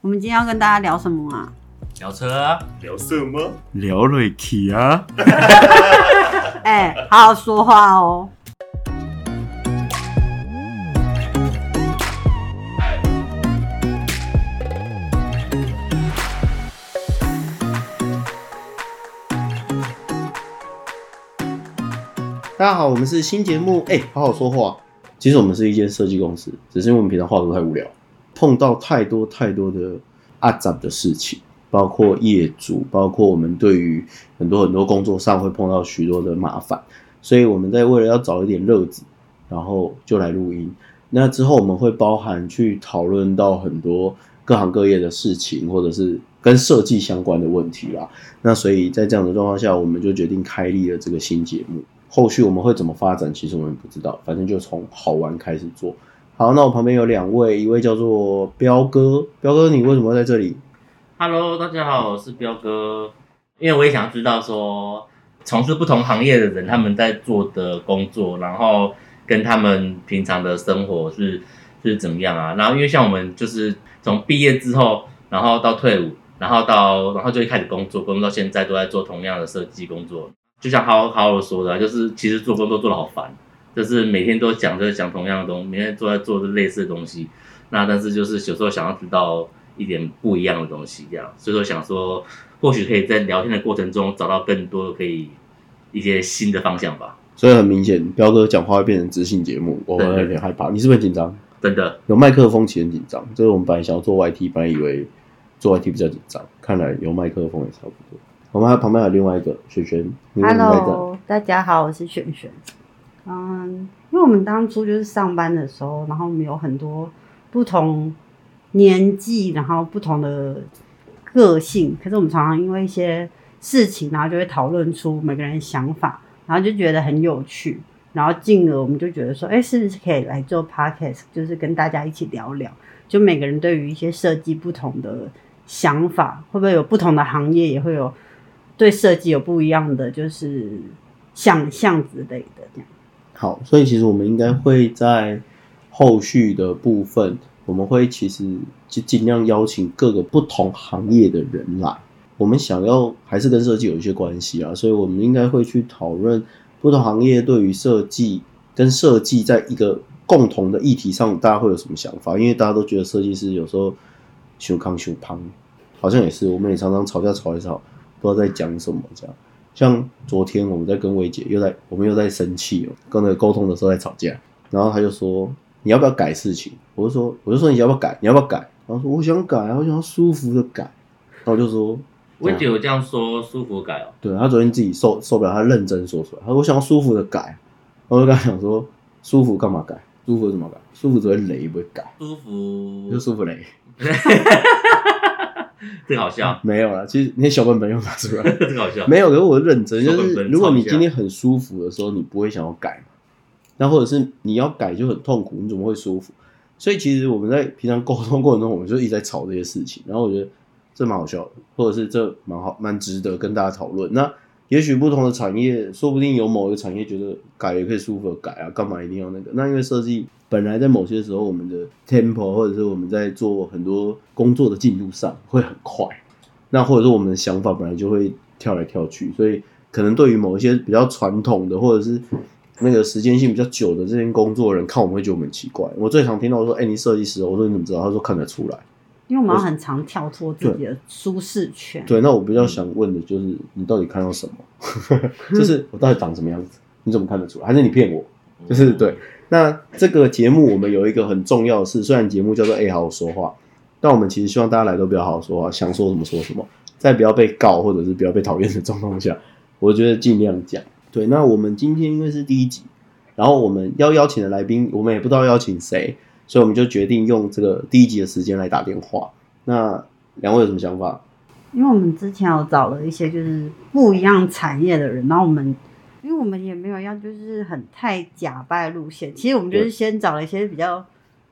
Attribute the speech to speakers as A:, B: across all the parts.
A: 我们今天要跟大家聊什么啊？
B: 聊车，
C: 聊色吗？
D: 聊瑞奇啊，
A: 哎、好好说话哦。
C: 大家好，我们是新节目，哎、好好说话。其实我们是一间设计公司，只是因为我们平常话都太无聊，碰到太多太多的阿杂的事情，包括业主，包括我们对于很多很多工作上会碰到许多的麻烦，所以我们在为了要找一点乐子，然后就来录音。那之后我们会包含去讨论到很多各行各业的事情，或者是跟设计相关的问题啦。那所以在这样的状况下，我们就决定开立了这个新节目。后续我们会怎么发展，其实我们不知道，反正就从好玩开始做。好，那我旁边有两位，一位叫做彪哥，彪哥你为什么会在这里？
B: Hello，大家好，我是彪哥。因为我也想知道说，从事不同行业的人他们在做的工作，然后跟他们平常的生活是是怎么样啊？然后因为像我们就是从毕业之后，然后到退伍，然后到然后就会开始工作，工作到现在都在做同样的设计工作。就像好好说的啊，就是其实做工作做的好烦，就是每天都讲就是讲同样的东西，每天都在做类似的东西。那但是就是有时候想要知道一点不一样的东西，这样，所以说想说，或许可以在聊天的过程中找到更多可以一些新的方向吧。
C: 所以很明显，彪哥讲话会变成知性节目，我会有点害怕。你是不是很紧张？
B: 真的，
C: 有麦克风其实很紧张，这是我们本来想要做 YT，本来以为做 YT 比较紧张，看来有麦克风也差不多。我们还旁边还有另外一个璇璇，你为什么在这？
A: Hello，大家好，我是璇璇。嗯，因为我们当初就是上班的时候，然后我们有很多不同年纪，然后不同的个性，可是我们常常因为一些事情，然后就会讨论出每个人的想法，然后就觉得很有趣，然后进而我们就觉得说，哎、是不是可以来做 podcast，就是跟大家一起聊聊，就每个人对于一些设计不同的想法，会不会有不同的行业也会有对设计有不一样的就是想象之类的这样。
C: 好，所以其实我们应该会在后续的部分，我们会其实就尽量邀请各个不同行业的人来。我们想要还是跟设计有一些关系啊，所以我们应该会去讨论不同行业对于设计跟设计在一个共同的议题上，大家会有什么想法？因为大家都觉得设计师有时候修康修胖，好像也是，我们也常常吵架吵一吵，不知道在讲什么这样。像昨天我们在跟薇姐又在我们又在生气哦，跟那个沟通的时候在吵架，然后她就说你要不要改事情？我就说我就说你要不要改？你要不要改？然后说我想改啊，我想要舒服的改。然后我就说，
B: 我也觉得我这样说舒服感哦。
C: 对她昨天自己受受不了，她认真说出来，她说我想要舒服的改。然后我就跟她讲说，舒服干嘛改？舒服怎么改？舒服只会雷不会改，
B: 舒服
C: 就，舒服雷。
B: 这个好笑，
C: 没有啦，其实那些小本本又拿出来。
B: 这个好笑，
C: 啊
B: 哦
C: 没有，可是我认真，就
B: 小本
C: 是
B: 本
C: 如果
B: 抄
C: 你
B: 一下
C: 今天很舒服的时候，你不会想要改嘛？那或者是你要改就很痛苦，你怎么会舒服？所以其实我们在平常沟通过程中，我们就一直在吵这些事情。然后我觉得这蛮好笑的，或者是这蛮好，蛮值得跟大家讨论。那也许不同的产业，说不定有某一个产业觉得改也可以舒服的改啊，干嘛一定要那个？那因为设计本来在某些时候，我们的 tempo 或者是我们在做很多工作的进度上会很快，那或者说我们的想法本来就会跳来跳去，所以可能对于某一些比较传统的或者是那个时间性比较久的这些工作的人看我们会觉得我们很奇怪。我最常听到说：“哎、你设计师哦。”我说：“你怎么知道？”他说：“看得出来。
A: 因为我们很常跳脱自己的舒适”圈，
C: 对，那我比较想问的就是，你到底看到什么？ 就是我到底长什么样子？你怎么看得出来？还是你骗我？就是对。那这个节目我们有一个很重要的事，虽然节目叫做“哎、好好说话”，但我们其实希望大家来都不要好好说话，想说什么说什么，在不要被告或者是不要被讨厌的状况下， 我觉得尽量讲。对，那我们今天因为是第一集，然后我们要邀请的来宾，我们也不知道邀请谁，所以我们就决定用这个第一集的时间来打电话。那两位有什么想法？
A: 因为我们之前有找了一些就是不一样产业的人，然后我们因为我们也没有要就是很太假掰路线，其实我们就是
C: 对
A: 先找了一些比较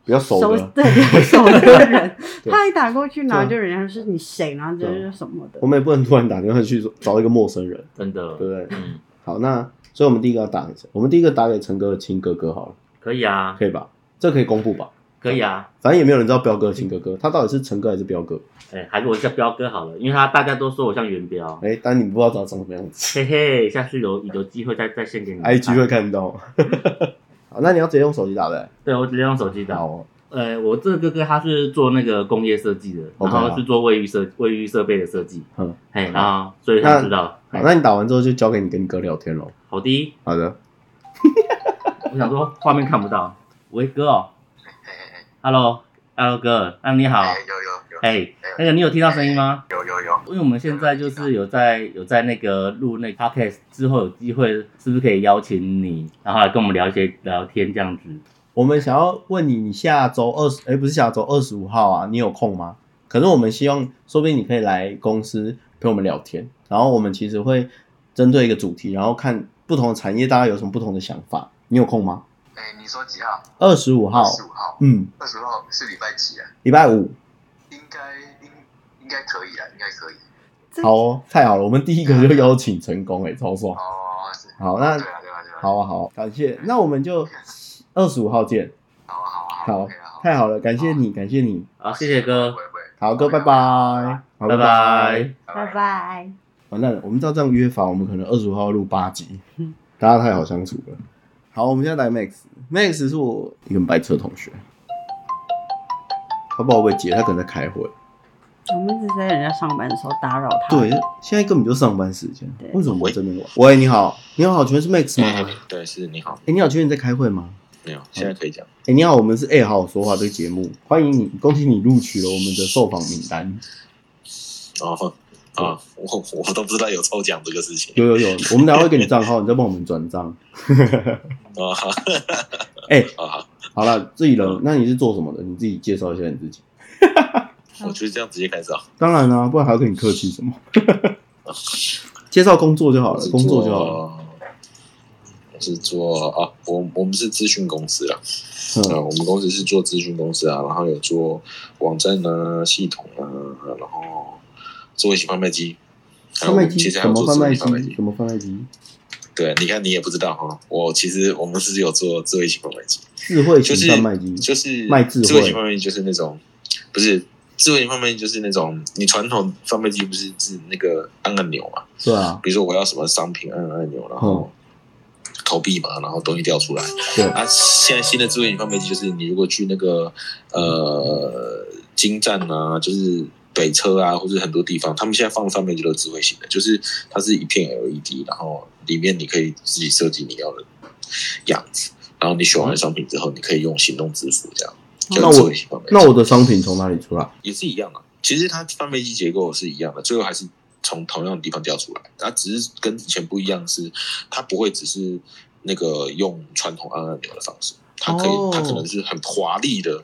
C: 比较熟的，
A: 对比较熟的人，
C: 对
A: 他一打过去，然后
C: 对
A: 就人家说你谁，然后就是什么的
C: 我，们也不能突然打电话去找一个陌生人，
B: 真的，
C: 对不对？
B: 嗯，
C: 好，那所以我们第一个要打给谁？我们第一个打给陈哥的亲哥哥好了，
B: 可以啊，
C: 可以吧？这可以公布吧？
B: 可以啊，
C: 反正也没有人知道彪哥的亲哥哥，他到底是陈哥还是彪哥？
B: 哎、还是我叫彪哥好了，因为他大家都说我像元彪，
C: 哎、但你不知道长什么样子
B: 嘿嘿，下次有有机会再再献给你。啊
C: ，IG 会看到。 好，那你要直接用手机打的、
B: 对我直接用手机打。
C: 好，
B: 呃，我这个哥哥他是做那个工业设计的，然
C: OK
B: 后是做卫浴设卫浴设备的设计，
C: 嗯，
B: 嘿，然后所以他知道。
C: 好，那你打完之后就交给你跟你哥聊天喽。
B: 好的，
C: 好的，
B: 我想说画面看不到。喂，哥哦
E: 嘿嘿嘿，
B: ，Hello，Hello 哥，啊你好，
E: 哎，有有有，哎
B: 哎，那个你有听到声音吗？
E: 有有有，
B: 因为我们现在就是有在有在那个录那个 podcast 之后，有机会是不是可以邀请你，然后来跟我们聊一些聊天这样子？
C: 我们想要问你，你下周二十，哎，不是下周二十五号啊，你有空吗？可是我们希望，说不定你可以来公司陪我们聊天，然后我们其实会针对一个主题，然后看不同的产业大家有什么不同的想法。你有空吗？
E: 哎，你说几号？
C: 二十五号
E: 二，十五号，
C: 嗯，
E: 二十五号是礼拜几啊？
C: 礼拜五，
E: 应该应应该可以啊，应该可以。
C: 好哦，太好了，我们第一
A: 嗯
C: 个就邀请成功、哎，超爽。
E: 哦，是，
C: 好，那
E: 对啊对啊对啊，
C: 好啊，好啊，感谢，那我们就二十五号见。
E: 好啊好啊
C: 好
E: OK 啊，好，
C: 太好了，感谢你，感谢你，
B: 好，谢谢哥
E: 不，会不会，
C: 好哥，拜拜，好
B: 拜拜。
A: 拜拜。
C: 完蛋了，我们照这样约法，我们可能二十五号录八集，大家太好相处了。好，我们现在来 Max，Max 是我一个很白痴的同学，他不知道会不会接，他可能在开会。
A: 我们一直在人家上班的时候打扰他。
C: 对，，现在根本就上班时间
A: 对，
C: 为什么我这边玩？喂，你好，你好，请问是 Max 吗？哎、
E: 对，是你好，
C: 你好，请问你在开会吗？
E: 没有，
C: 现在
E: 可以讲。
C: 哎、你好，我们是哎、好好说话这个节目，欢迎你，恭喜你录取了我们的受访名单。
E: 哦啊，我我都不知道有抽奖这个事情
C: 有有有，我们等一下会给你账号，你再帮我们转账。
E: 啊
C: 哎、
E: 啊，
C: 好了，自己人，那你是做什么的？你自己介绍一下你自己。
E: 我就这样直接开始啊。
C: 当然啦、不然还要跟你客气什么？ 介绍工作就好了，工作就好了。
E: 了。我是做啊，我我们是咨询公司啦，呃，
C: 嗯，
E: 我们公司是做咨询公司啊，然后有做网站啊、系统啊，然后做一些贩卖机，还有
C: 贩卖
E: 我们
C: 机
E: 其实还有
C: 什么贩
E: 做智
C: 卖
E: 能贩卖
C: 机？
E: 机
C: 什。么贩卖机？
E: 对，你看你也不知道哈，我其实我们是有做智慧型贩卖机，
C: 智慧
E: 就
C: 型
E: 是
C: 贩卖机，
E: 就是
C: 卖智慧
E: 智慧型贩卖机就是那种不是智慧型贩卖机就是那种你传统贩卖机不是是那个按按钮嘛，
C: 对啊，
E: 比如说我要什么商品按按钮，然
C: 嗯
E: 后投币嘛，然后东西掉出来。
C: 对
E: 啊，现在新的智慧型贩卖机就是你如果去那个呃金站啊，就是北车啊，或者很多地方，他们现在放的贩卖机都是智慧型的，就是它是一片 LED，然后里面你可以自己设计你要的样子，然后你选完商品之后，你可以用行动支付这样。
C: 那
E: 就是智
C: 我
E: 慧型贩卖机
C: 那我的商品从哪里出来？
E: 也是一样啊。其实它贩卖机结构是一样的，最后还是从同样的地方掉出来。它只是跟以前不一样是，它不会只是那个用传统按按钮的方式，它可以，
C: 哦啊
E: 它可能是很华丽的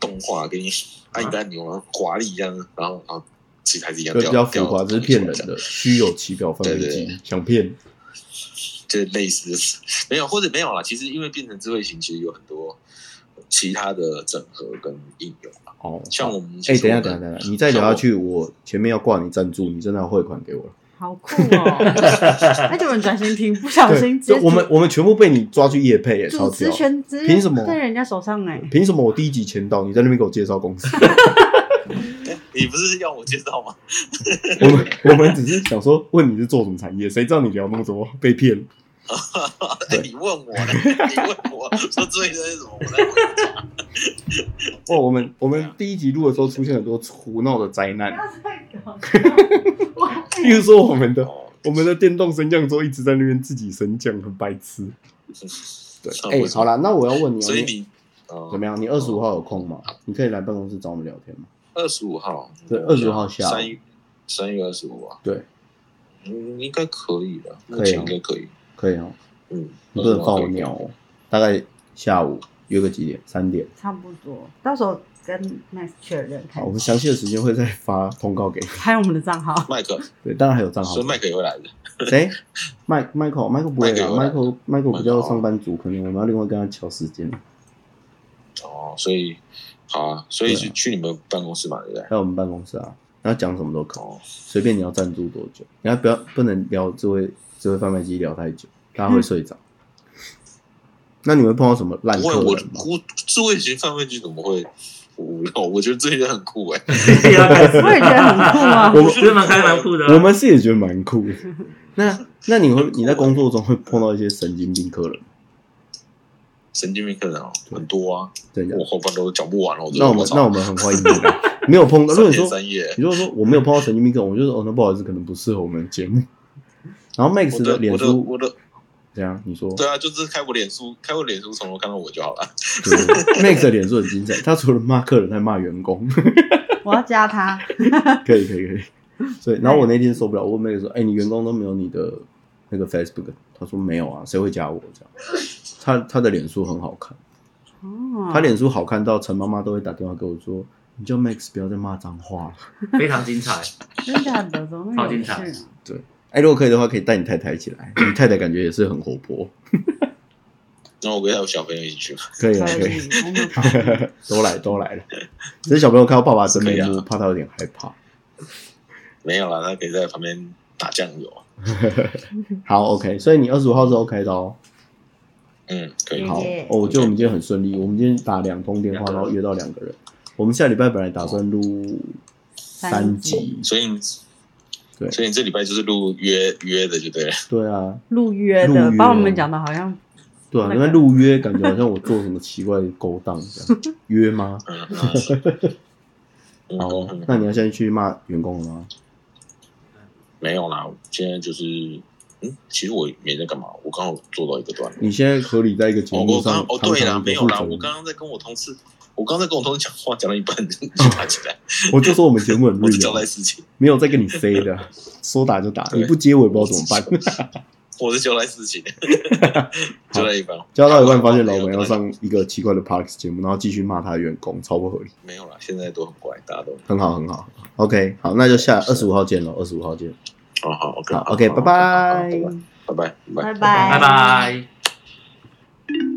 E: 动画，给你按一个按钮，然后华丽一样，然后然后其实还是一样
C: 就
E: 掉，
C: 比较浮夸，
E: 掉
C: 这是骗人的，虚有其表贩卖
E: 对对
C: 机，想骗。
E: 就类似的事，没有或者没有啦。其实因为变成智慧型，其实有很多其他的整合跟应用嘛。
C: 哦，
E: 像我们
C: 哎、
E: 其实
C: 等一下，
E: 我们
C: 等一下，等一下，你再聊下去，我前面要挂你赞助，你真的要汇款给我了。
A: 好酷哦！ 那就有人专心听，不小心
C: 对，
A: 直接
C: 就我们我们全部被你抓去夜配耶，超
A: 主
C: 屌
A: 持！权直接
C: 凭什么
A: 在人家手上哎、
C: 凭什么我第一集签到，你在那边给我介绍公司？
E: 你不是要我介绍吗？
C: 我们我们只是想说问你是做什么产业，谁知道你聊那么多，被骗。
E: 哎， 你问我嘞，你问我说最近是什么？我在
C: 哦，我们我们第一集录的时候出现很多胡闹的灾
A: 不
C: 难，
A: 要再搞， 哎
C: 比如说我们的
E: 哦，
C: 我们的电动升降桌一直在那边自己升降，很白痴。对，哎、好啦，那我要问你、哦，
E: 所以你呃
C: 怎么样？你二十五号有空吗？你可以来办公室找我们聊天吗？
E: 二十五号？
C: 对25号下午
E: 三月三月二十五啊，
C: 对，
E: 嗯，应该可以的，目
C: 可以
E: 前
C: 啊
E: 应该可以。
C: 可以哦。
E: 嗯，
C: 你不能放我
E: 25
C: 鸟
E: 号可以。
C: 哦。大概下午约个几点？三点。
A: 差不多，到时候跟 Max 确认看
C: 好，我，们详细的时间会再发通告给你。
A: 还有我们的账号，
E: 麦克，
C: 对，当然还有账号
E: 所。以麦克也会来的。
C: 谁？麦 Michael Michael 不会啦
E: Michael 有
C: ，Michael Michael 比较上班族，可能我们要另外跟他敲时间，
E: 哦，所以好啊，所以
C: 对啊
E: 去去你们办公室嘛，对不对？
C: 在我们办公室啊，然后讲什么都可以。
E: 哦，
C: 随便你要赞助多久，你要不要不能聊智慧智慧贩卖机聊太久，大家会睡着。那你会碰到什么烂
E: 不会，
C: 客
E: 我
C: 人吗？
E: 估智慧型贩卖机怎么会无聊？我觉得这些很酷哎、
B: 要开始
A: 我也觉得很酷啊
C: 我们
B: 觉得蛮开蛮酷的啊。
C: 我们是也觉得蛮酷的。那那你会你在工作中会碰到一些神经病客人吗，
E: 神经病客人哦，很多啊，
C: 真的
E: 我？后半都讲不完了。我觉得
C: 那我们
E: 操
C: 那我们很欢迎你，没有碰到。如果
E: 三
C: 你说
E: 天三夜，
C: 你如果说我没有碰到神经病客人，我就说哦，那不好意思，可能不适合我们的节目。然后
E: 我
C: Max
E: 的
C: 脸
E: 我的
C: 书
E: 我的
C: 怎样？你说
E: 对啊，就是开我脸书，开我脸书从头看到尾就好了。
C: 对对对 Max 的脸书很精彩，他除了骂客人，还骂员工。
A: 我要加他，
C: 可以可以可以。所以，然后我那天受不了，我问 Max 说：“哎、你员工都没有你的那个 Facebook？” 他说：“没有啊，谁会加我这样？”他他的脸书很好看，
A: 哦，
C: 他脸书好看到陈妈妈都会打电话给我说：“你叫 Max 不要再骂脏话了。
B: 非常精彩，
A: 真假的，怎么会
B: 超
A: 有
B: 精
A: 事
B: 彩
A: 啊？”
C: 哎，如果可以的话，可以带你太太一起来，你太太感觉也是很活泼，
E: 然后我跟还有小朋友一起去，
C: 可以啊，
A: 可
C: 可
A: 以
C: 以，，
A: 我没有搞错
C: 都来都来了。只是小朋友看到爸爸真面
E: 可以
C: 目，
E: 啊
C: 怕他有点害怕。
E: 没有啦，他可以在旁边打酱油。
C: 好，OK，所以你二十五号是 OK 的哦。
E: 嗯，可以。
A: 嗯
C: 好，
A: 耶
C: 哦，我觉得我们今天很顺利，我们今天打两通电
B: 两
C: 话，
B: 个人
C: 然后约到两个人。我们下礼拜本来打算录三
A: 三
C: 集
A: 集，
E: 所以你
C: 对
E: 所以你这礼拜就是录约约的就对了。
C: 对啊，
A: 入约
C: 入
A: 的，
C: 约
A: 把我们讲的好像
C: 对啊，
A: 那
C: 因
A: 个
C: 为录约感觉好像我做什么奇怪的勾当这样，约吗？
E: 嗯 嗯嗯，
C: 好哦
E: 嗯，
C: 那你要现在去骂员工了吗？
E: 没有啦，我现在就是，嗯，其实我没在干嘛，我刚好做到一个段落。
C: 你现在合理在一个节
E: 哦，
C: 目
E: 我
C: 上
E: 刚，哦对啦，
C: 堂堂地
E: 没有啦，
C: 做主
E: 我刚 刚在跟我同事，我刚在跟我同事讲话，讲到一半就打起来，
C: 我就说我们节哦目很
E: 我只交代
C: real，啊
E: 事情，
C: 没有在跟你 say 的，说打就打，
E: 对
C: 你不接我也不知道怎么办。
E: 我是交代 事情，交代一半，
C: 交到一半发现老板要上一个奇怪的 Parks 节目，然后继续骂他的员工，超不合理。
E: 没有啦，现在都很乖，大家都
C: 很好，很好。OK，好，那就下二十五号见喽，二十五号见。
E: 好好，OK，
C: 好，OK，拜拜。
E: 拜拜，拜
A: 拜
E: 拜。
A: 拜
B: 拜。拜。啊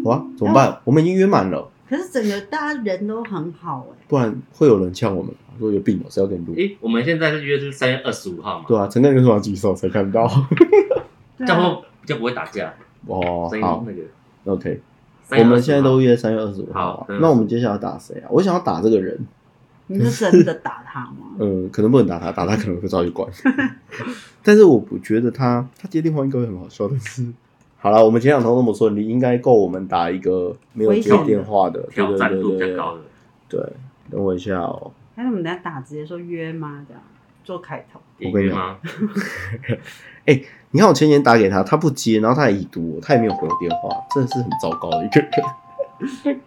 C: 哇，怎么办？我们已经约满了，
A: 可是整个大家人都很好哎，
C: 不然会有人呛我们说有病哦，谁要给你录？
B: 诶，我们现在是约是三月二十五号嘛？
C: 对啊，陈根跟双举手才 看到。
A: 对
B: 这样
A: 啊
B: 会比较不会打架，
C: 哦
B: 所，以
C: 好
B: 那个。
C: ，OK，
B: 3月
C: 我们
B: 25
C: 现在都约三月二十五号
B: 好嗯对
C: 啊。那我们接下来要打谁啊？我想要打这个人，
A: 你是真的打他吗？
C: 呃，可能不能打他，打他可能会遭遇关。 但是我不觉得他他接电话应该会很好笑，但是。好了，我们前两头那么顺利，应该够我们打一个没有
A: 危
C: 接
A: 险的
C: 电话的，对
B: 挑
C: 对
B: 战
C: 对
B: 度比较
C: 对对
B: 高。的。
C: 对，等我一下哦。
A: 还是我们等一下打直接说约吗？这样做开头，
B: 也
C: 我跟你
B: 约吗？
C: 你看我前年打给他，他不接，然后他还已读我，他也没有回我电话，真的是很糟糕的一个人。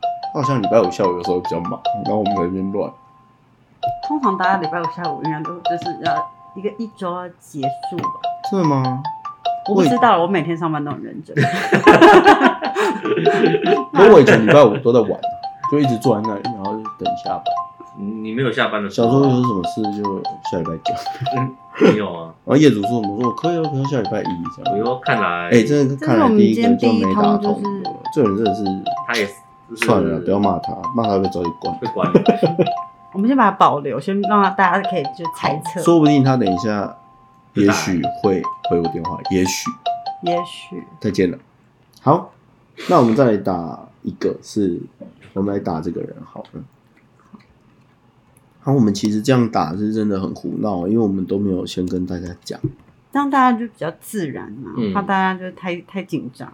C: 他好像礼拜五下午有时候比较忙，然后我们在那边乱。
A: 通常大家礼拜五下午应该都就是要一个一周要结束吧。
C: 真的吗？
A: 我不知道，我每天上班都很认真。
C: 可我以前礼拜五都在玩， 就一直坐在那里，然后就等下班。
B: 你你没有下班的时
C: 想
B: 候
C: 说有
B: 啊？
C: 什么事就下礼拜讲。
B: 没有啊。
C: 然后业主说我们说我可以哦，可以哦下礼拜一这
B: 我
C: 样。
B: 又看来，
C: 哎、真的看来第一个就
A: 这是我们今天第一
C: 没打通
A: 通
C: 的
A: 就，
C: 这人真的是
B: 他也是就是
C: 算了，不要骂他，骂他被抓去关。
B: 被管了。
A: 我们先把它保留，先让大家可以就猜测，
C: 说不定他等一下，
B: 就
C: 也
B: 打
C: 许会回我电话，也许
A: 也许
C: 再见了。好，那我们再来打一个是，我们来打这个人好了。好，我们其实这样打是真的很胡闹，因为我们都没有先跟大家讲。
A: 让大家就比较自然嘛、
B: 嗯
A: 怕大家就太太紧张。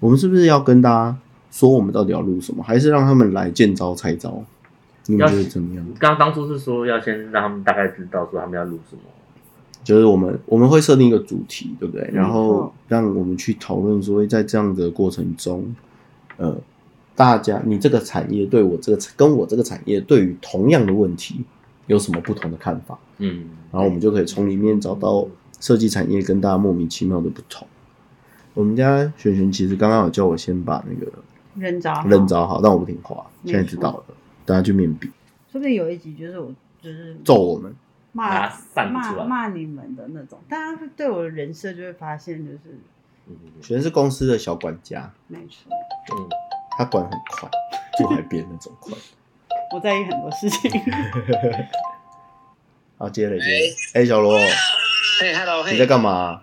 C: 我们是不是要跟大家说我们到底要录什么，还是让他们来见招拆招？你们
B: 要
C: 觉得怎么样？
B: 刚当初是说要先让他们大概知道说他们要录什么，
C: 就是我们我们会设定一个主题，对不对？
A: 嗯
C: 然后让我们去讨论说，在这样的过程中，呃，大家你这个产业对我这个跟我这个产业对于同样的问题有什么不同的看法？
B: 嗯，
C: 然后我们就可以从里面找到设计产业跟大家莫名其妙的不同。我们家璇璇其实刚刚有叫我先把那个
A: 认真，啊
C: 认，招好，但我不听话，
A: 没
C: 现
A: 错
C: 在知道了，等下去面壁
A: 说不定有一集就是我就是
C: 揍我们。
B: 把它
A: 骂
B: 散不出
A: 骂骂
B: 来
A: 你们的那种，大家会对我的人设就会发现就是
B: 嗯嗯
C: 璇是公司的小管家，
A: 没错，
B: 嗯
C: 他管很快，住海边那种快。
A: 我在意很多事 情。
C: 好，接着接着。哎、小罗，
E: 嘿，Hello，
C: 你在干嘛？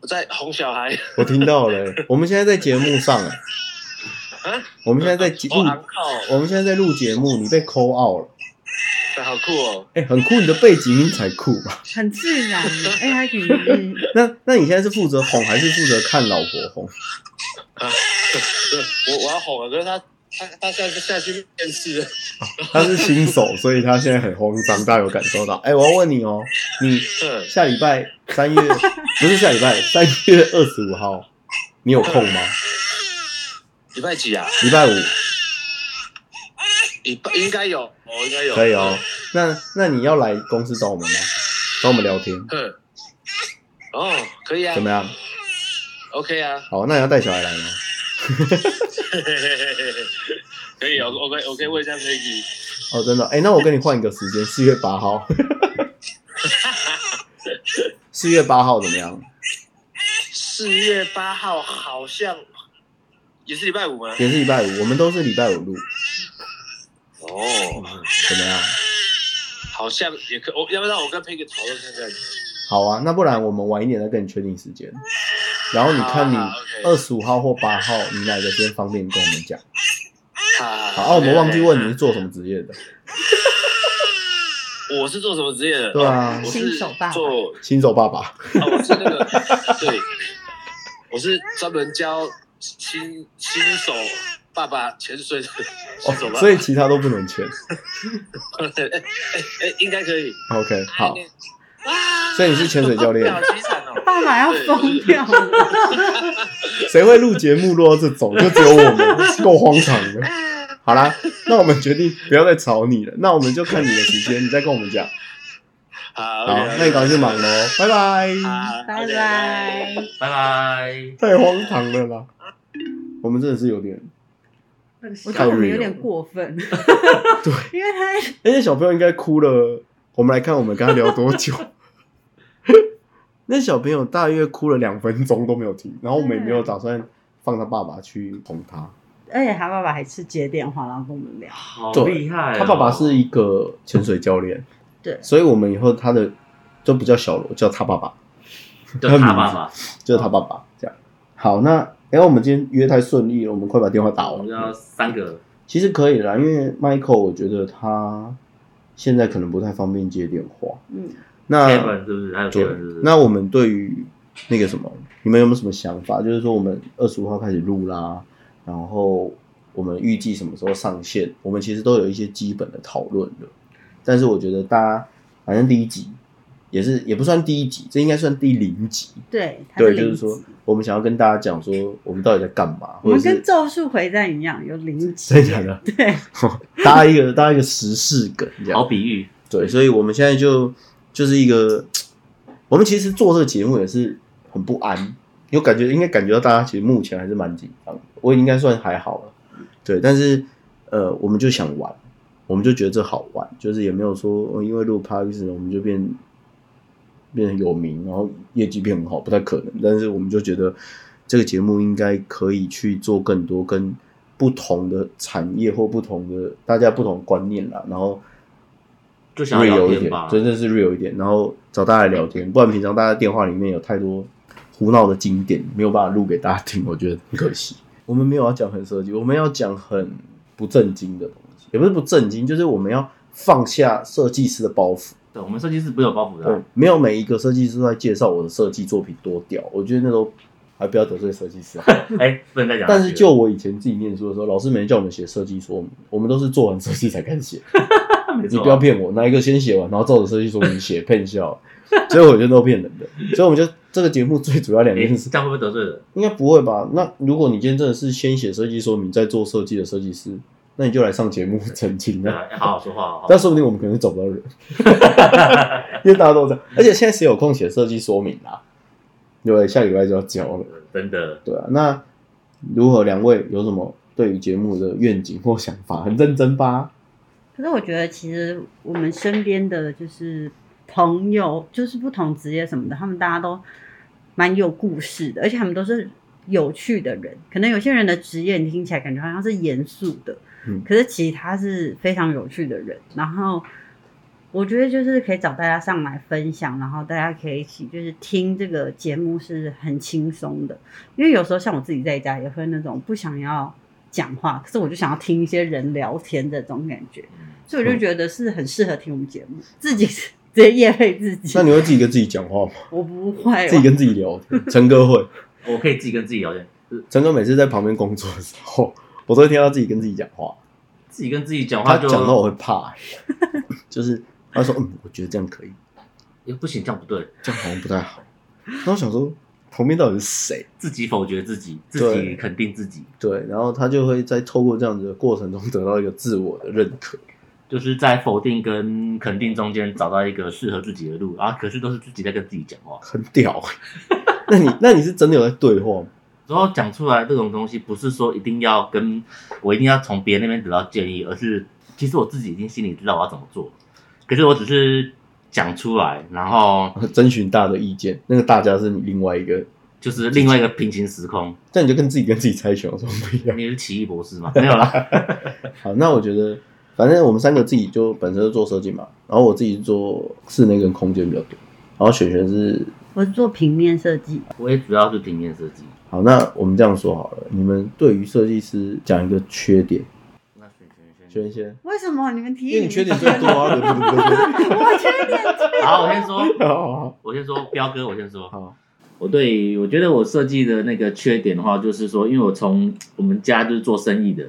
E: 我在哄小孩
C: 我听到了欸、我们现在在节目上、欸，
E: 啊，
C: 我们现在在节
E: 哦，
C: 录，
E: 昂靠，
C: 我们现在在录节目，你被抠 out 了，
E: 好酷哦！
C: 哎、很酷，你的背景音才酷吧？
A: 很自然的。哎、还可以，嗯，
C: 那那你现在是负责哄还是负责看老婆哄？
E: 啊，我我要哄了，可是他他他现在下去面试了，
C: 他是新手，所以他现在很慌张，大家有感受到。哎、我要问你哦，你
E: 嗯，
C: 下礼拜三月不是下礼拜三月二十五号，你有空吗？
E: 礼拜几啊？
C: 礼拜五
E: 礼拜应该有，哦，应该有，
C: 可以哦。那那你要来公司找我们吗？找我们聊天
E: 嗯。哦，可以啊，
C: 怎么样？
E: ？OK 啊，
C: 好，那你要带小孩来吗？
E: 可以哦，OK OK，问一下 Maggie，
C: 哦，真的，哎、那我跟你换一个时间，四月八 号。四月八号怎么样？
E: 四月八号好像也是礼拜五吗？
C: 也是礼拜五，我们都是礼拜五录，
E: 哦，
C: 怎么样？
E: 好像也可，我要不让我跟 Peggy 讨论看看。
C: 好啊，那不然我们晚一点再跟你确定时间，然后你看你
E: 好啊，OK
C: 二十五号或八号，你哪个时间方便跟我们讲？
E: 好
C: 好，啊，我们忘记问你是做什么职业的，
E: 我是做什么职业的？
C: 对啊
E: 我
A: 新
E: 是
A: 手爸爸
E: 做
C: 新手爸爸。
E: 啊，我是那个，对，我是专门教新新手爸爸潜水的新手爸爸，
C: 哦，所以其他都不能签。
E: 哎哎哎，应该可以。
C: OK，好，
E: 啊，
C: 所以你是潜水教练
E: 好凄惨哦。
A: 爸爸要疯掉了。
C: 谁会录节目录到这种？就只有我 们，够荒唐的。好啦，那我们决定不要再吵你了，那我们就看你的时间，你再跟我们讲。
E: 好，
C: 好，那你赶快去忙喽，拜拜。
E: 好，
A: 拜
E: OK，
A: 拜。
B: 拜拜。
C: 太荒唐了啦，我们真的是有点，
A: 我
C: 哦
A: 觉得我们有点过分，对， 因为他
C: 哎、那小朋友应该哭了。我们来看我们跟他聊多久。 那小朋友大约哭了两分钟都没有停，然后我们也没有打算放他爸爸去哄他。
A: 而且他爸爸还是接电话，然后跟我们聊。
B: 好
C: 对
B: 厉害哦、
C: 他爸爸是一个潜水教练，
A: 对
C: 所以我们以后他的就不叫小罗，叫他爸爸，
B: 就他爸爸，
C: 就是他爸爸这样。好，那哎、我们今天约太顺利了，我们快把电话打
B: 我
C: 完
B: 们。要三个
C: 其实可以啦，因为 Michael 我觉得他现在可能不太方便接电话。
A: 嗯，
C: 那
B: Kevin 是不是？还有
C: 对
B: Kevin 是不是？，
C: 那我们对于那个什么，你们有没有什么想法？就是说我们二十五号开始录啦，然后我们预计什么时候上线？我们其实都有一些基本的讨论了。但是我觉得大家反正第一集也是也不算第一集，这应该算第零集。
A: 对，他
C: 对，
A: 零
C: 就是
A: 级
C: 说我们想要跟大家讲说我们到底在干嘛，
A: 我
C: 或者
A: 们跟《
C: 是
A: 咒术回战》一样有零级，
C: 真的假的？
A: 对，
C: 搭一个搭一个时事梗这样
B: 好。比喻，
C: 对，所以我们现在就就是一个，我们其实做这个节目也是很不安，有感觉应该感觉到大家其实目前还是蛮紧张的，我应该算还好了，对，但是呃，我们就想玩，我们就觉得这好玩，就是也没有说、哦因为录 podcast 我们就变变得有名，然后业绩变很好，不太可能，但是我们就觉得这个节目应该可以去做更多跟。不同的产业或不同的大家不同的观念啦，然后
B: 就想要
C: real
B: 聊
C: 一
B: 天
C: 点
B: 吧，。嗯
C: 真的是 real 一点，然后找大家来聊天，不然平常大家电话里面有太多胡闹的经典，没有办法录给大家听，我觉得很可惜。我们没有要讲很设计，我们要讲很不正经的东西，也不是不正经，就是我们要放下设计师的包袱。
B: 对，我们设计师不是有包袱的
C: 对
B: 啊，，
C: 没有每一个设计师都在介绍我的设计作品多屌，我觉得那都还不要得罪设 计师、啊。
B: 哎，不能再讲下去了。
C: 但是就我以前自己念书的时候，老师每天叫我们写设计说明，我们都是做完设计才敢写。
B: 没
C: 你
B: 错啊
C: 不要骗我，拿一个先写完，然后照着设计说明写， 骗笑，所以我觉得都骗人的。所以我们就这个节目最主要两
B: 哎，
C: 件事，
B: 这样会不会得罪人？
C: 应该不会吧？那如果你今天真的是先写设计说明，再做设计的设计师，那你就来上节目澄清
B: 对
C: 啊。
B: 啊，要好好说话哦。
C: 但说不定我们可能找不到 人，因为大家都这样。而且现在谁有空写设计说明啊？对不对，下礼拜就要交了。
B: 真的，
C: 对啊，那如何两位有什么对于节目的愿景或想法？很认真吧？
A: 可是我觉得，其实我们身边的就是朋友，就是不同职业什么的，他们大家都蛮有故事的，而且他们都是有趣的人。可能有些人的职业你听起来感觉好像是严肃的，
C: 嗯
A: 可是其实他是非常有趣的人。然后我觉得就是可以找大家上来分享，然后大家可以一起就是听这个节目是很轻松的，因为有时候像我自己在家也会那种不想要讲话，可是我就想要听一些人聊天的这种感觉，
C: 嗯
A: 所以我就觉得是很适合听我们节目，自己直接夜配自己
C: 那。你会自己跟自己讲话吗？
A: 我不会，
C: 自己跟自己聊天？陈哥会，
B: 我可以自己跟自己聊天，就是
C: 陈哥每次在旁边工作的时候， 我都会听到自己跟自己讲话。
B: 自己跟自己讲
C: 他
B: 话就
C: 讲到我会怕、 欸就是他说嗯，我觉得这样可以，
B: 也不行，这样不对，
C: 这样好像不太好。然后我想说旁边到底是谁？
B: 自己否决自己，自
C: 对
B: 己肯定自己，
C: 对，然后他就会在透过这样子的过程中得到一个自我的认可。
B: 就是在否定跟肯定中间找到一个适合自己的路啊。可是都是自己在跟自己讲话，
C: 很屌、 那你那你是真的有在对话吗？
B: 然后讲出来这种东西，不是说一定要跟我一定要从别人那边得到建议，而是其实我自己已经心里知道我要怎么做，可是我只是讲出来，然后
C: 征询大家的意见，那个大家是你另外一个，
B: 就是另外一个平行时空。
C: 这样你就跟自己跟自己猜拳有什么不一样？
B: 你是奇异博士吗？没有啦，
C: 好，那我觉得反正我们三个自己就本身就做设计嘛，然后我自己做室内跟空间比较多，然后璇璇是
A: 我是做平面设计，
B: 我也主要是平面设计。
C: 好，那我们这样说好了，你们对于设计师讲一个缺点，
B: 那选选选，
C: 璇先，
A: 为什么你们提议？
C: 因为你缺点最多 啊，对不对？
A: 我缺点
B: 好，我先说，
C: 好
B: 我先说，彪哥，我先说。
C: 好，
B: 我对于我觉得我设计的那个缺点的话，就是说，因为我从我们家就是做生意的，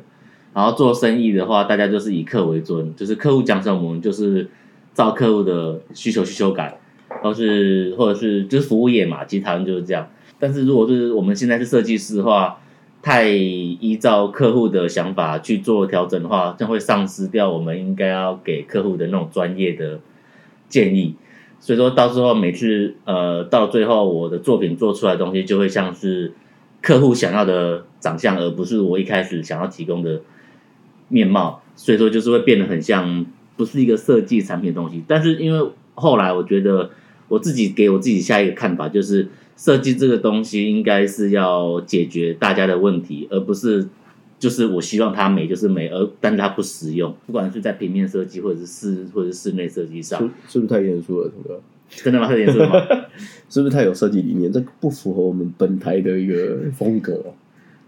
B: 然后做生意的话，大家就是以客为尊，就是客户讲什么，我们就是照客户的需求去修改，或是或者是就是服务业嘛，其实台湾就是这样。但是如果就是我们现在是设计师的话，太依照客户的想法去做调整的话，这样会丧失掉我们应该要给客户的那种专业的建议。所以说到时候每次呃到最后我的作品做出来的东西就会像是客户想要的长相，而不是我一开始想要提供的面貌。所以说就是会变得很像不是一个设计产品的东西。但是因为后来我觉得我自己给我自己下一个看法就是。设计这个东西应该是要解决大家的问题，而不是就是我希望它美就是美，而但是它不实用。不管是在平面设计，或者是室或者是室内设计上
C: 是，是不是太严肃了，陈哥？
B: 真的吗？这点是吗？
C: 是不是太有设计理念？这不符合我们本台的一个风格哦、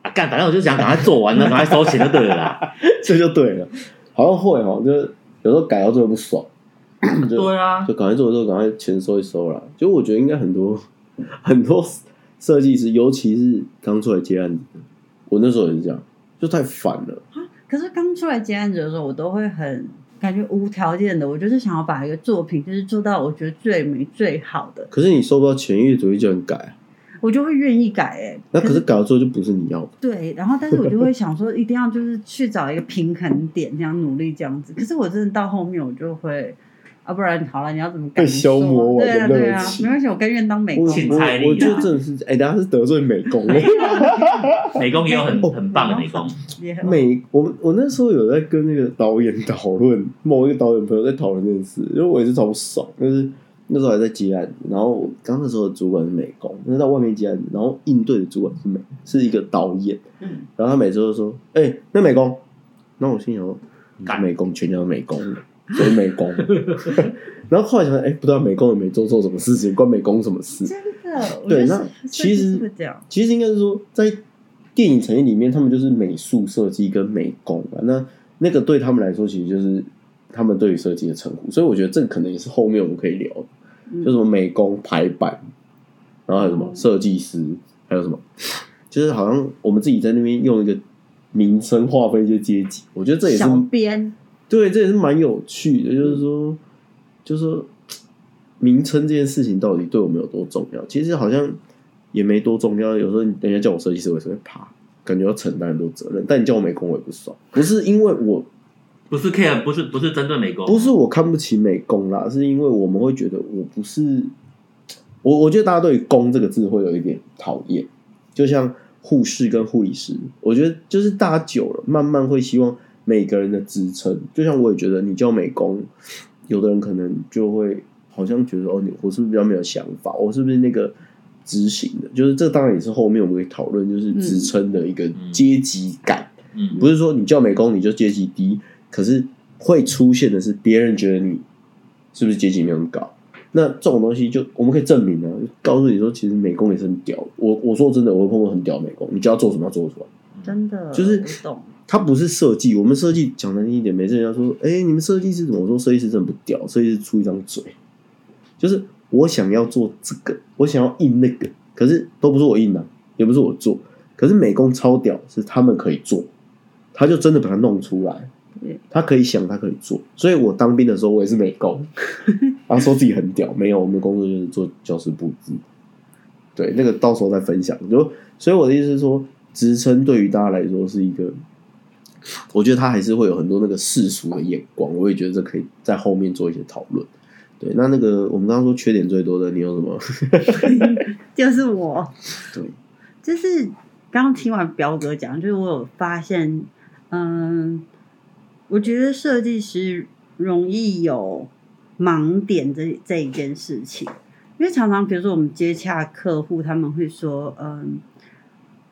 B: 啊，干，反正我就想赶快做完了，赶快收钱就对了啦。
C: 这就对了。好像会哦，就是有时候改到最后 不爽，就
B: 啊
C: 就，赶快做做，赶快钱收一收啦。就我觉得应该很多 很多设计师，尤其是刚出来接案子的，我那时候也是这样，就太烦了。
A: 可是刚出来接案子的时候，我都会很感觉无条件的，我就是想要把一个作品就是做到我觉得最美最好的，
C: 可是你收不到钱，业主会叫你改啊，
A: 我就会愿意改哎、
C: 那可是改了之后就不是你要的。
A: 对，然后但是我就会想说，一定要就是去找一个平衡点，这样努力这样子。可是我真的到后面我就会。啊，不然好了，你要怎么改？
C: 会消磨我
A: 对啊，
C: 的热
A: 对啊，
C: 情
A: 没关系，我甘愿当美工
C: 我我。
B: 芹菜粒啊
C: 我觉得真的是，哎、大家是得罪美 工。
B: 美工也有很
C: 哦
B: 很棒的美工，
A: 也很
C: 美，我我那时候有在跟那个导演讨论，某一个导演朋友在讨论这件事，因为我也是超爽，就是那时候还在接案子，然后我刚那时候的主管是美工，那到外面接案子，然后应对的主管是美，是一个导演，
A: 嗯
C: 然后他每次都说，哎、那美工，那我心想说，你是
B: 干
C: 美工全家都美工，所以美工，然后后来想，哎、不知道美工有没有做错什么事情，关美工什么事？
A: 真的，我觉
C: 对，
A: 得
C: 那
A: 是
C: 其
A: 设计
C: 实
A: 是这样，
C: 其实应该是说，在电影产业里面，他们就是美术设计跟美工啊。那那个对他们来说，其实就是他们对于设计的称呼。所以我觉得这个可能也是后面我们可以聊的，
A: 嗯
C: 就什么美工排版，然后还有什么
A: 嗯
C: 设计师，还有什么，就是好像我们自己在那边用一个名称划分一些阶级。我觉得这也是
A: 小编
C: 对，这也是蛮有趣的，就是说，就是说，名称这件事情到底对我们有多重要？其实好像也没多重要。有时候人家叫我设计师，我也是会怕，感觉要承担很多责任。但你叫我美工，我也不爽。不是因为我，
B: 不是 care，不是不是针对美工，
C: 不是我看不起美工啦，是因为我们会觉得我不是我。我觉得大家对于“工”这个字会有一点讨厌，就像护士跟护理师，我觉得就是大家久了，慢慢会希望每个人的职称。就像我也觉得，你叫美工，有的人可能就会好像觉得哦，你我是不是比较没有想法？我是不是那个执行的？就是这当然也是后面我们可以讨论，就是职称的一个阶级感。
B: 嗯
C: 不是说你叫美工你就阶级低，可是会出现的是别人觉得你是不是阶级没有那么高？那这种东西就我们可以证明啊，就告诉你说，其实美工也是很屌的。我我说真的，我有碰过很屌的美工，你叫他做什么，他做得出来。
A: 真的
C: 就是
A: 我懂，
C: 他不是设计，我们设计讲难听一点，每次人家说，哎、你们设计师怎么？我说设计师真的不屌，设计师出一张嘴，就是我想要做这个，我想要印那个，可是都不是我印的、也不是我做，可是美工超屌，是他们可以做，他就真的把它弄出来
A: 对，
C: 他可以想，他可以做，所以我当兵的时候我也是美工，他说自己很屌，没有，我们工作就是做教师布置，对，那个到时候再分享。就所以我的意思是说，职称对于大家来说是一个，我觉得他还是会有很多那个世俗的眼光，我也觉得这可以在后面做一些讨论。对，那那个我们刚刚说缺点最多的，你有什么？
A: 就是我，
C: 对，
A: 就是刚听完彪哥讲，就是我有发现，嗯，我觉得设计师容易有盲点这这一件事情，因为常常比如说我们接洽客户，他们会说，嗯，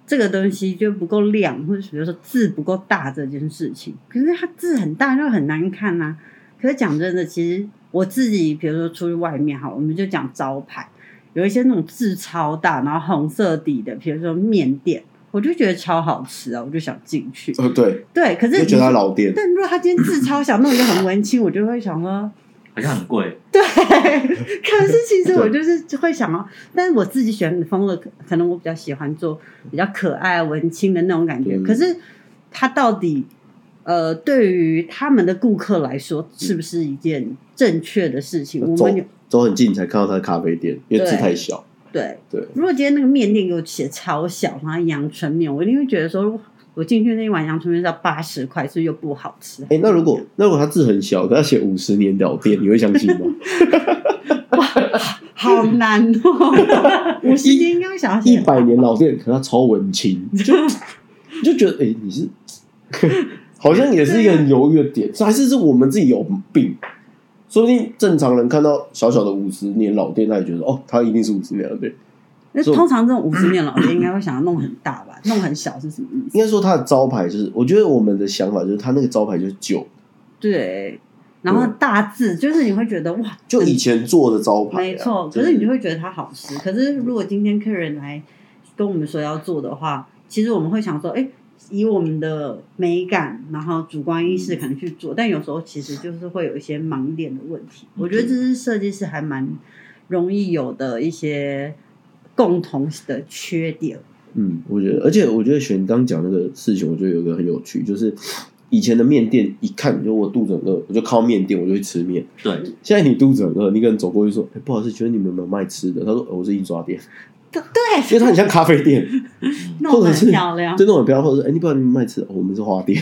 A: 这个东西就不够亮，或者比如说字不够大这件事情，可是它字很大就很难看啊。可是讲真的，其实我自己，比如说出去外面哈，我们就讲招牌。有一些那种字超大，然后红色底的，比如说面店，我就觉得超好吃啊，我就想进去。
C: 呃，对，
A: 对，可是
C: 就
A: 你
C: 觉得他老店，
A: 但如果他今天字超小，弄一个很文青，我就会想说，
B: 好像很贵，
A: 可是其实我就是会想要，但是我自己选的风格，可能我比较喜欢做比较可爱文青的那种感觉。
C: 嗯
A: 可是它到底呃，对于他们的顾客来说，是不是一件正确的事情？我
C: 走
A: 们有
C: 走很近才看到他的咖啡店，因为字
A: 对
C: 太小。
A: 对
C: 对
A: 如果今天那个面店给我写超小，然后阳春面，我一定会觉得说，我进去那一碗阳春面是要八十块，是不是又不好吃。
C: 哎、那如果那如果他字很小，可他写五十年老店，你会相信吗？
A: 好难 哦，五十斤应该会想要写
C: 一百年老店，可他超文青，就你就觉得哎、诶你是 好像也是一个很犹豫的点，还是是我们自己有病？说不定正常人看到小小的五十年老店，他也觉得哦，他一定是五十年老店。
A: 那通常这种五十年老店应该会想要弄很大吧？弄很小是什么意思？
C: 应该说他的招牌就是，我觉得我们的想法就是他那个招牌就是旧，
A: 对，然后大字就是你会觉得哇，
C: 就
A: 很
C: 以前做的招牌啊、
A: 没错，
C: 就
A: 可是你就会觉得它好吃。可是如果今天客人来跟我们说要做的话，其实我们会想说，哎、以我们的美感，然后主观意识可能去做，但有时候其实就是会有一些盲点的问题。我觉得这是设计师还蛮容易有的一些共同的缺点。
C: 嗯，我觉得，而且我觉得选刚讲那个事情，我觉得有一个很有趣，就是以前的面店一看，就我肚子很饿，我就靠面店，我就去吃面。
B: 对，
C: 现在你肚子很饿，你可能走过去说：“哎、不好意思，请问你们有没有卖吃的？”他说：“哦我是印刷店，
A: 对，
C: 因为它很像咖 啡店，
A: 弄
C: 或
A: 得
C: 者是
A: 很漂亮
C: 就。那种标，或者是哎、你不知道你们卖吃的、哦我们是 花店，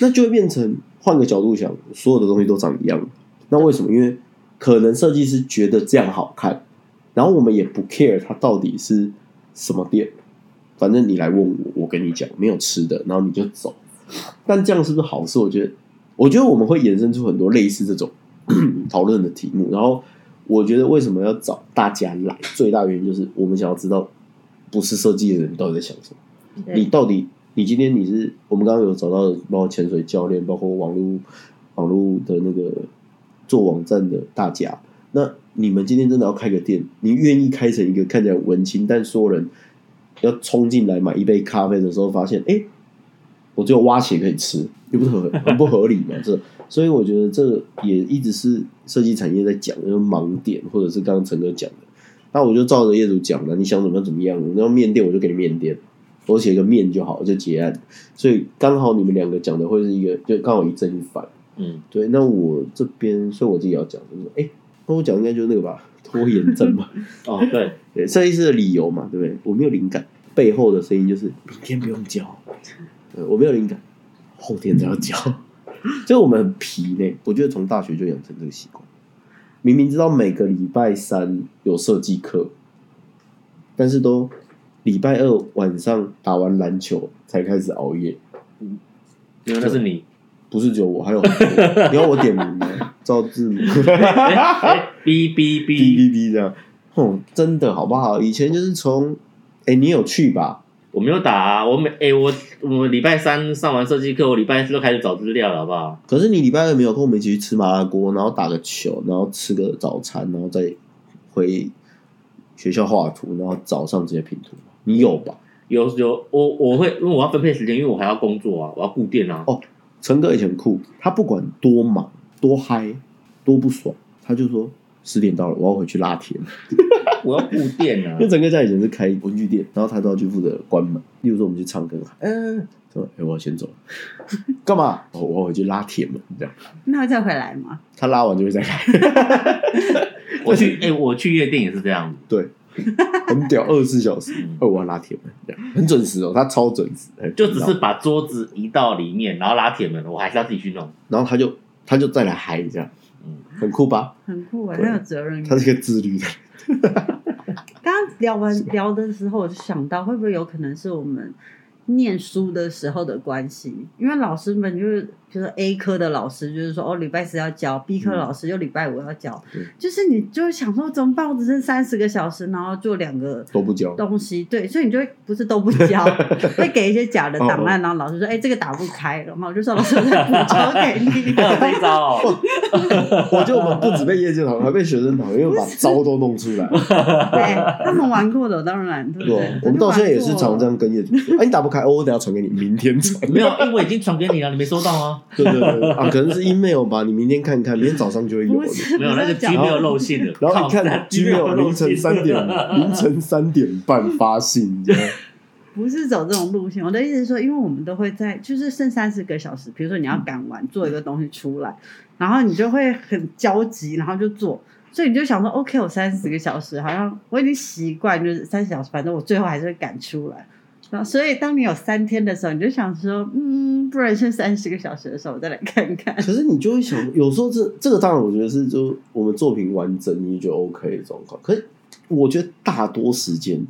C: 那就会变成换个角度想，所有的东西都长一样。那为什么？因为可能设计师觉得这样好看，然后我们也不 care 它到底是什么店，反正你来问我，我跟你讲没有吃的，然后你就走。但这样是不是好事？我觉得，我觉得我们会衍生出很多类似这种 讨论的题目。然后，我觉得为什么要找大家来，最大原因就是我们想要知道，不是设计的人到底在想什么。
A: 对
C: 你到底你今天你是我们刚刚有找到的，包括潜水教练，包括网络网络的那个做网站的大家，那你们今天真的要开个店，你愿意开成一个看起来文青，但所有人要冲进来买一杯咖啡的时候，发现哎、诶我只有挖鞋可以吃，又不是合很不合理嘛？这所以我觉得这个也一直是设计产业在讲的就是盲点，或者是刚刚陈哥讲的。那我就照着业主讲了，你想怎么样怎么样，你要面店我就给你面店，我写个面就好，就结案。所以刚好你们两个讲的会是一个，就刚好一正一反。
B: 嗯，
C: 对，那我这边，所以我自己要讲，就是哎，诶那我讲应该就是那个吧，拖延症吧。
B: 哦对，
C: 对，设计师的理由嘛，对不对？我没有灵感，背后的声音就是明天不用交，呃，我没有灵感，后天才要 交。所以我们很皮呢、我觉得从大学就养成这个习惯。明明知道每个礼拜三有设计课，但是都礼拜二晚上打完篮球才开始熬夜，
B: 因为那是你，
C: 不是只有我，还有很 多。你要我点名吗？赵志 明。
B: 哎哎哔哔
C: 哔
B: 哔，
C: 哦哔哔这样，哼，真的好不好？以前就是从，哎、你有去吧？
B: 我没有打啊，我每哎、我我礼拜三上完设计课，我礼拜四就开始找资料了，好不好？
C: 可是你礼拜二没有跟我们一起去吃麻辣锅，然后打个球，然后吃个早餐，然后再回学校画图，然后早上直接拼图吗你有吧？
B: 有有我我会因为我要分配时间，因为我还要工作啊，我要顾店啊。
C: 哦陈哥以前很酷，他不管多忙、多嗨、多不爽，他就说十点到了，我要回去拉铁。
B: 我要顾店啊
C: 因。为整个家以前是开文具店，然后他都要去负责关门。例如说我们去唱歌，嗯、说哎、我要先走， 干嘛？哦我要回去拉铁门，这样
A: 那再回来嘛？
C: 他拉完就会再来，
B: 我去哎、我去夜店也是这样子。
C: 对，很屌，二十四小时，哦我要拉铁门，这样很准时哦，他超准时，很
B: 就只
C: 屌
B: 是把桌子移到里面，然后拉铁门，我还是要自己去弄。
C: 然后他就他就再来嗨这样，嗯，很酷吧？
A: 很酷啊，
C: 对
A: 很有责任
C: 他
A: 感。
C: 是个自律的，
A: 刚刚聊完聊的时候，我就想到，会不会有可能是我们念书的时候的关系？因为老师们就是，比如说 A 科的老师就是说，哦，礼拜四要教；B 科老师就礼拜五要教。
C: 对
A: 就是你就会想说，怎么办？我只剩三十个小时，然后做两个
C: 都不教，
A: 东西，对，所以你就会不是都不交，会给一些假的档案，然后老师说，哎、这个打不开，然后我就说老师我再补交给你。
B: 还有 这一招、哦，
C: 我觉得我们不止被业界讨厌，还被学生讨厌，因为把招都弄出来。
A: 对，他们玩过的，我当然对不
C: 对
A: 对
C: 啊，？我们到现在也是常
A: 常
C: 这样跟业主说：“哎，你打不开，哦，我等一下传给你，明天传。
B: 没有，因为我已经传给你了，你没收到 吗？
C: 对”对对对啊，可能是 email 吧，你明天看看，明天早上就会有
A: 不
C: 了。
A: 是
B: 没有，那个
A: 讲
B: G 没有漏信的。
C: 然后你
B: 靠
C: 看 Gmail 凌晨三点，凌晨三点半发信，你知道吗
A: 不是走这种路线。我的意思是说，因为我们都会在，就是剩三十个小时，比如说你要赶完做一个东西出来，然后你就会很焦急，然后就做。所以你就想说，OK，我三十个小时，好像我已经习惯，就是三十小时，反正我最后还是会赶出来。然后，所以当你有三天的时候，你就想说，嗯，不然剩三十个小时的时候，我再来看 看。
C: 可是你就会想，有时候这这个当然我觉得是就我们作品完整，你就觉得 OK 的状况。可是我觉得大多时间。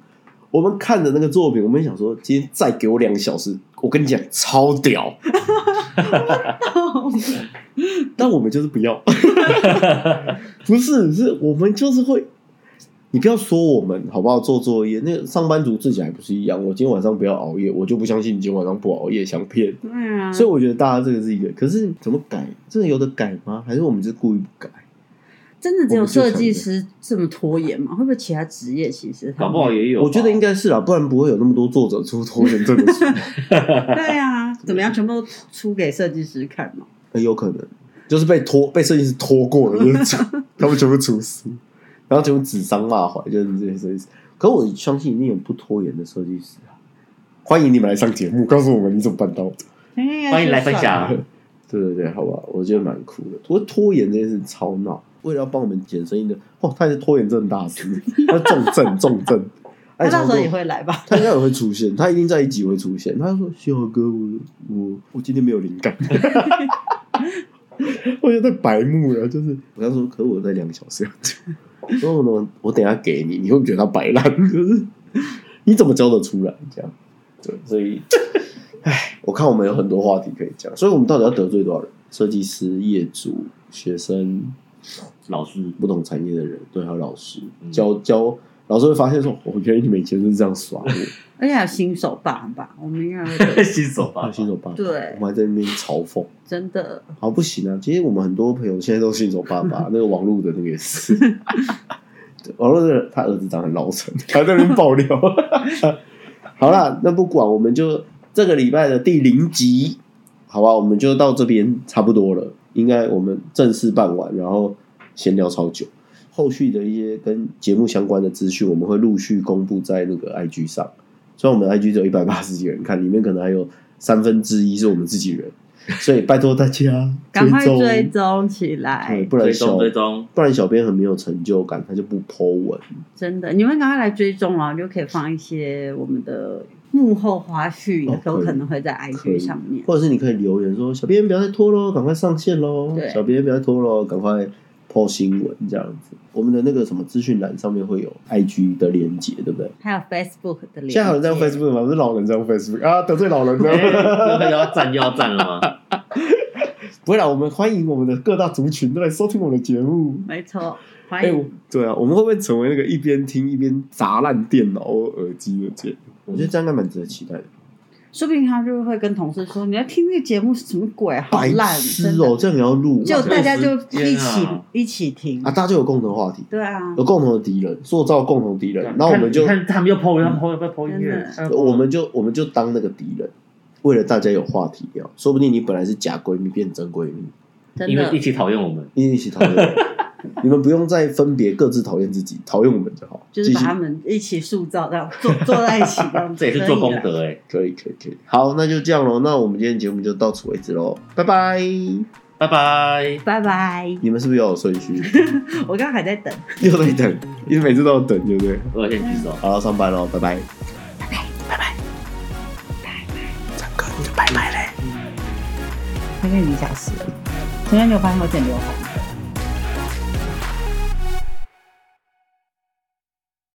C: 我们看的那个作品，我们想说，今天再给我两个小时，我跟你讲，超屌。但我们就是不要，不是，是我们就是会，你不要说我们好不好？做作业，那个上班族自己还不是一样？我今天晚上不要熬夜，我就不相信你今天晚上不熬夜，想骗。
A: 对啊，
C: 所以我觉得大家这个是一个，可是怎么改？真的有的改吗？还是我们是故意不改？
A: 真的只有设计师这么拖延吗？会不会其他职业其实他
B: 搞
A: 们
B: 不好也有吧。
C: 我觉得应该是啦，啊不然不会有那么多作者出拖延症的 书、
A: 对啊，怎么样，全部都出给设计师看嘛？
C: 呃有可能就是被拖被设计师拖过了，就是 他们全部出书，然后全部指桑骂槐，就是这些设计师。可我相信一定有不拖延的设计师啊！欢迎你们来上节目，告诉我们你怎么办到的。
B: 欢迎来分享。
C: 对对对，好吧，我觉得蛮酷的。我拖延这件事超闹，为了要帮我们减声音的，哦，他也是拖延症大师，他重症重 症。
A: 他到时候
C: 哎
A: 也会来吧？
C: 他应该也会出现，他一定在一集会出现。他就说：“小哥，我我我今天没有灵感。” 我觉得太白目了，就是我跟他说，可是我在两个小时要讲，我说我我等一下给你，你会不会觉得他摆烂？ 就是你怎么教得出来这样？对，所以，唉，我看我们有很多话题可以讲，所以我们到底要得罪多少人？设计师、业主、学生、
B: 老师
C: 不同产业的人，对，还有老师
B: 嗯
C: 教教。老师会发现说，我原来你们以前是这样耍我，
A: 而且还有新手爸爸，我们应该会得
B: 新手吧
C: 啊，，新手爸 爸，
A: 对
C: 我们还在那边嘲讽，
A: 真的
C: 好不行啊！其实我们很多朋友现在都新手爸爸，那个网络的那个也是，对网络的人他儿子长得很老成， 还在那边爆料。 好啦，那不管，我们就这个礼拜的第零集，好吧，我们就到这边差不多了。应该我们正式办完，然后闲聊超久。后续的一些跟节目相关的资讯，我们会陆续公布在那个 IG 上。虽然我们 IG 只有一百八十几个人看，里面可能还有三分之一是我们自己 人，所以拜托大家
A: 赶快
C: 追踪
A: 追踪起
C: 对
A: 来，
C: 不
B: 追
C: 然小
B: 踪追踪，
C: 不然小编很没有成就感，他就不 Po 文。
A: 真的，你们赶快来追踪啊，就可以放一些我们的幕后花絮，
C: 哦
A: 有
C: 可以
A: 可能会在
C: 可以
A: IG 上面。
C: 或者是你可以留言说：“小编不要再拖喽，赶快上线喽！”
A: 对
C: 小编不要再拖喽，赶快破新闻这样子。我们的那个什么资讯栏上面会有 IG 的连接，对不对？
A: 还有 Facebook 的连接，
C: 现在好像在用 Facebook 吗？不是老人在用 Facebook 啊，得罪老人
B: 哎
C: 了。
B: 又开始要站又要站了 吗？
C: 不会啦，我们欢迎我们的各大族群都来收听我们的节目。
A: 没错，欢
C: 哎、我
A: 迎。
C: 对啊，我们会不会成为那个一边听一边砸烂电脑耳机的节目？我觉得这样应该蛮值得期待的。
A: 说不定他就会跟同事说：“你要听这个节目是什么鬼啊，好
C: 白
A: 烂，
C: 痴
A: 真的
C: 哦，这样也要录？”
A: 就大家就
B: 这
A: 一
B: 个时
A: 起
B: 间啊
A: 一起听
C: 啊，，哦大家有共同话题，
A: 对啊
C: 有，共同的敌人，塑造共同敌人，然后我们就
B: 你看他们又 PO，他们 PO 又 PO 音乐，
A: 真
C: 我们就我们就当那个敌人，为了大家有话题聊，说不定你本来是假闺蜜变真闺蜜，
A: 真
B: 因为
A: 的
B: 一起讨厌我们，
C: 你一起讨 厌，你们不用再分别各自讨厌自己，讨厌我们就好，
A: 就是
C: 继
A: 把
C: 续
A: 他们一起塑造，这样坐 坐在一起，这样
B: 这也是做功德哎。
C: 可以可以可以，好，那就这样喽，那我们今天节目就到此为止喽，拜拜。
B: 拜拜。
A: 拜拜！
C: 你们是不是要有顺序？
A: 我刚刚还在等。
C: 又在等，因为每次都要等，对不对？
B: 我先举手。
C: 好了，上班喽，拜拜。
A: 那个已经消失了。昨天你有发现我剪刘海？